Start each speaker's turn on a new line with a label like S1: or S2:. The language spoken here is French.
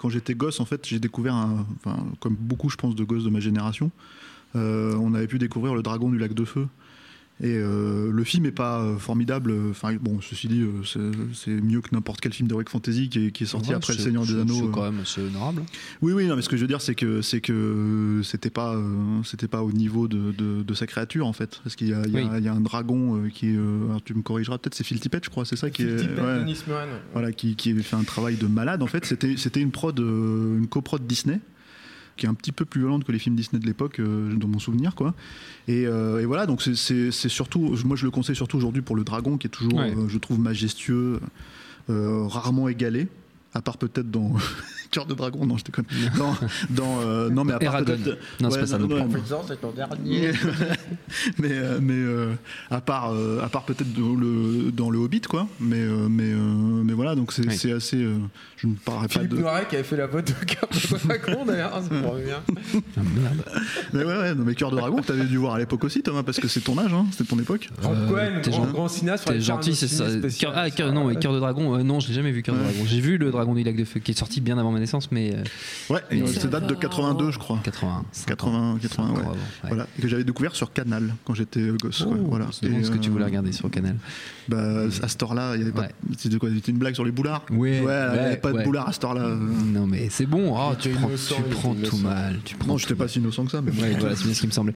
S1: quand j'étais gosse, en fait, j'ai découvert, un- enfin, comme beaucoup, je pense, de gosses de ma génération, euh, on avait pu découvrir le dragon du lac de feu. Et euh, le film est pas euh, formidable. Enfin, bon, ceci dit, euh, c'est- c'est mieux que n'importe quel film d'heroic fantasy qui est, qui est sorti
S2: Ouais,
S1: après Le
S2: c'est-
S1: Seigneur des
S2: c'est-
S1: Anneaux.
S2: C'est
S1: euh,
S2: quand même assez honorable.
S1: oui, oui, non, mais ce que je veux dire, c'est que c'est que euh, c'était pas euh, c'était pas au niveau de, de- de sa créature en fait, parce qu'il y a, il y a-
S2: Oui.
S1: il y a un dragon euh, qui est, euh, alors tu me corrigeras peut-être, c'est Phil Tippett, je crois, c'est ça qui est,
S3: Phil Tippett,
S1: ouais.
S3: Denis Mohan, ouais.
S1: voilà, qui, qui fait un travail de malade. En fait, c'était c'était une prod, euh, une coprod Disney qui est un petit peu plus violente que les films Disney de l'époque, euh, dans mon souvenir, quoi. Et, euh, et voilà, donc c'est- c'est c'est surtout, moi je le conseille surtout aujourd'hui pour le dragon, qui est toujours,
S2: Ouais.
S1: euh, je trouve, majestueux, euh, rarement égalé, à part peut-être dans Cœur de Dragon, non, je déconne. Dans, dans, euh, non, mais à part
S2: Eragon.
S1: peut-être-
S2: Non, c'est
S1: Ouais,
S2: pas ça
S1: non,
S2: non plus.
S1: non,
S3: Faisant, c'est ton dernier.
S1: mais euh, mais euh, à part euh, à part peut-être dans le, dans le Hobbit quoi mais euh, mais euh, mais voilà donc c'est
S2: Oui.
S1: c'est assez euh, je ne parlerai pas
S3: Philippe
S1: de
S3: Noiret qui avait fait la voix de Cœur de Dragon d'ailleurs, ça me revient.
S2: Ah, merde.
S1: mais ouais, ouais, non mais cœur de dragon t'avais dû voir à l'époque aussi Thomas parce que c'est ton âge hein, c'était ton époque
S3: Grand
S2: Euh,
S3: Cohen,
S2: t'es
S3: grand,
S2: gen-
S3: grand cinéaste.
S2: T'es
S3: fallait faire
S2: gentil,
S3: un
S2: c'est ça.
S3: cinéma spécial.
S2: Cœur- ah, cœur- non, ouais, Cœur de Dragon. euh, non, je l'ai jamais vu Cœur de
S1: Ouais.
S2: Dragon. J'ai vu le Dragon du lac de feu qui est sorti bien avant ma naissance, mais euh,
S1: ouais et,
S2: Mais
S1: euh,
S2: ça
S1: ça date de
S4: va.
S1: 82 je crois
S2: 80.
S1: 80 80 ouais. Voilà, et que j'avais découvert sur Canal quand j'étais euh, gosse. quoi, voilà.
S2: C'est bon
S1: Et,
S2: ce que tu
S1: euh,
S2: voulais regarder sur le canal.
S1: bah, À ce temps-là, il y avait pas.
S2: Ouais.
S1: C'était quoi C'était une blague sur les boulards
S2: Ouais,
S1: il n'y avait
S2: ouais,
S1: pas
S2: ouais.
S1: de boulards à ce temps-là.
S2: Non mais c'est bon, oh, tu
S5: était
S2: prends,
S5: innocent,
S2: tu
S5: il était
S2: prends tout
S5: innocent.
S2: mal. Tu prends
S1: Non, j'étais
S2: tout
S1: pas si innocent que ça, mais
S2: mal. Ouais, voilà, c'est bien ce qui me semblait.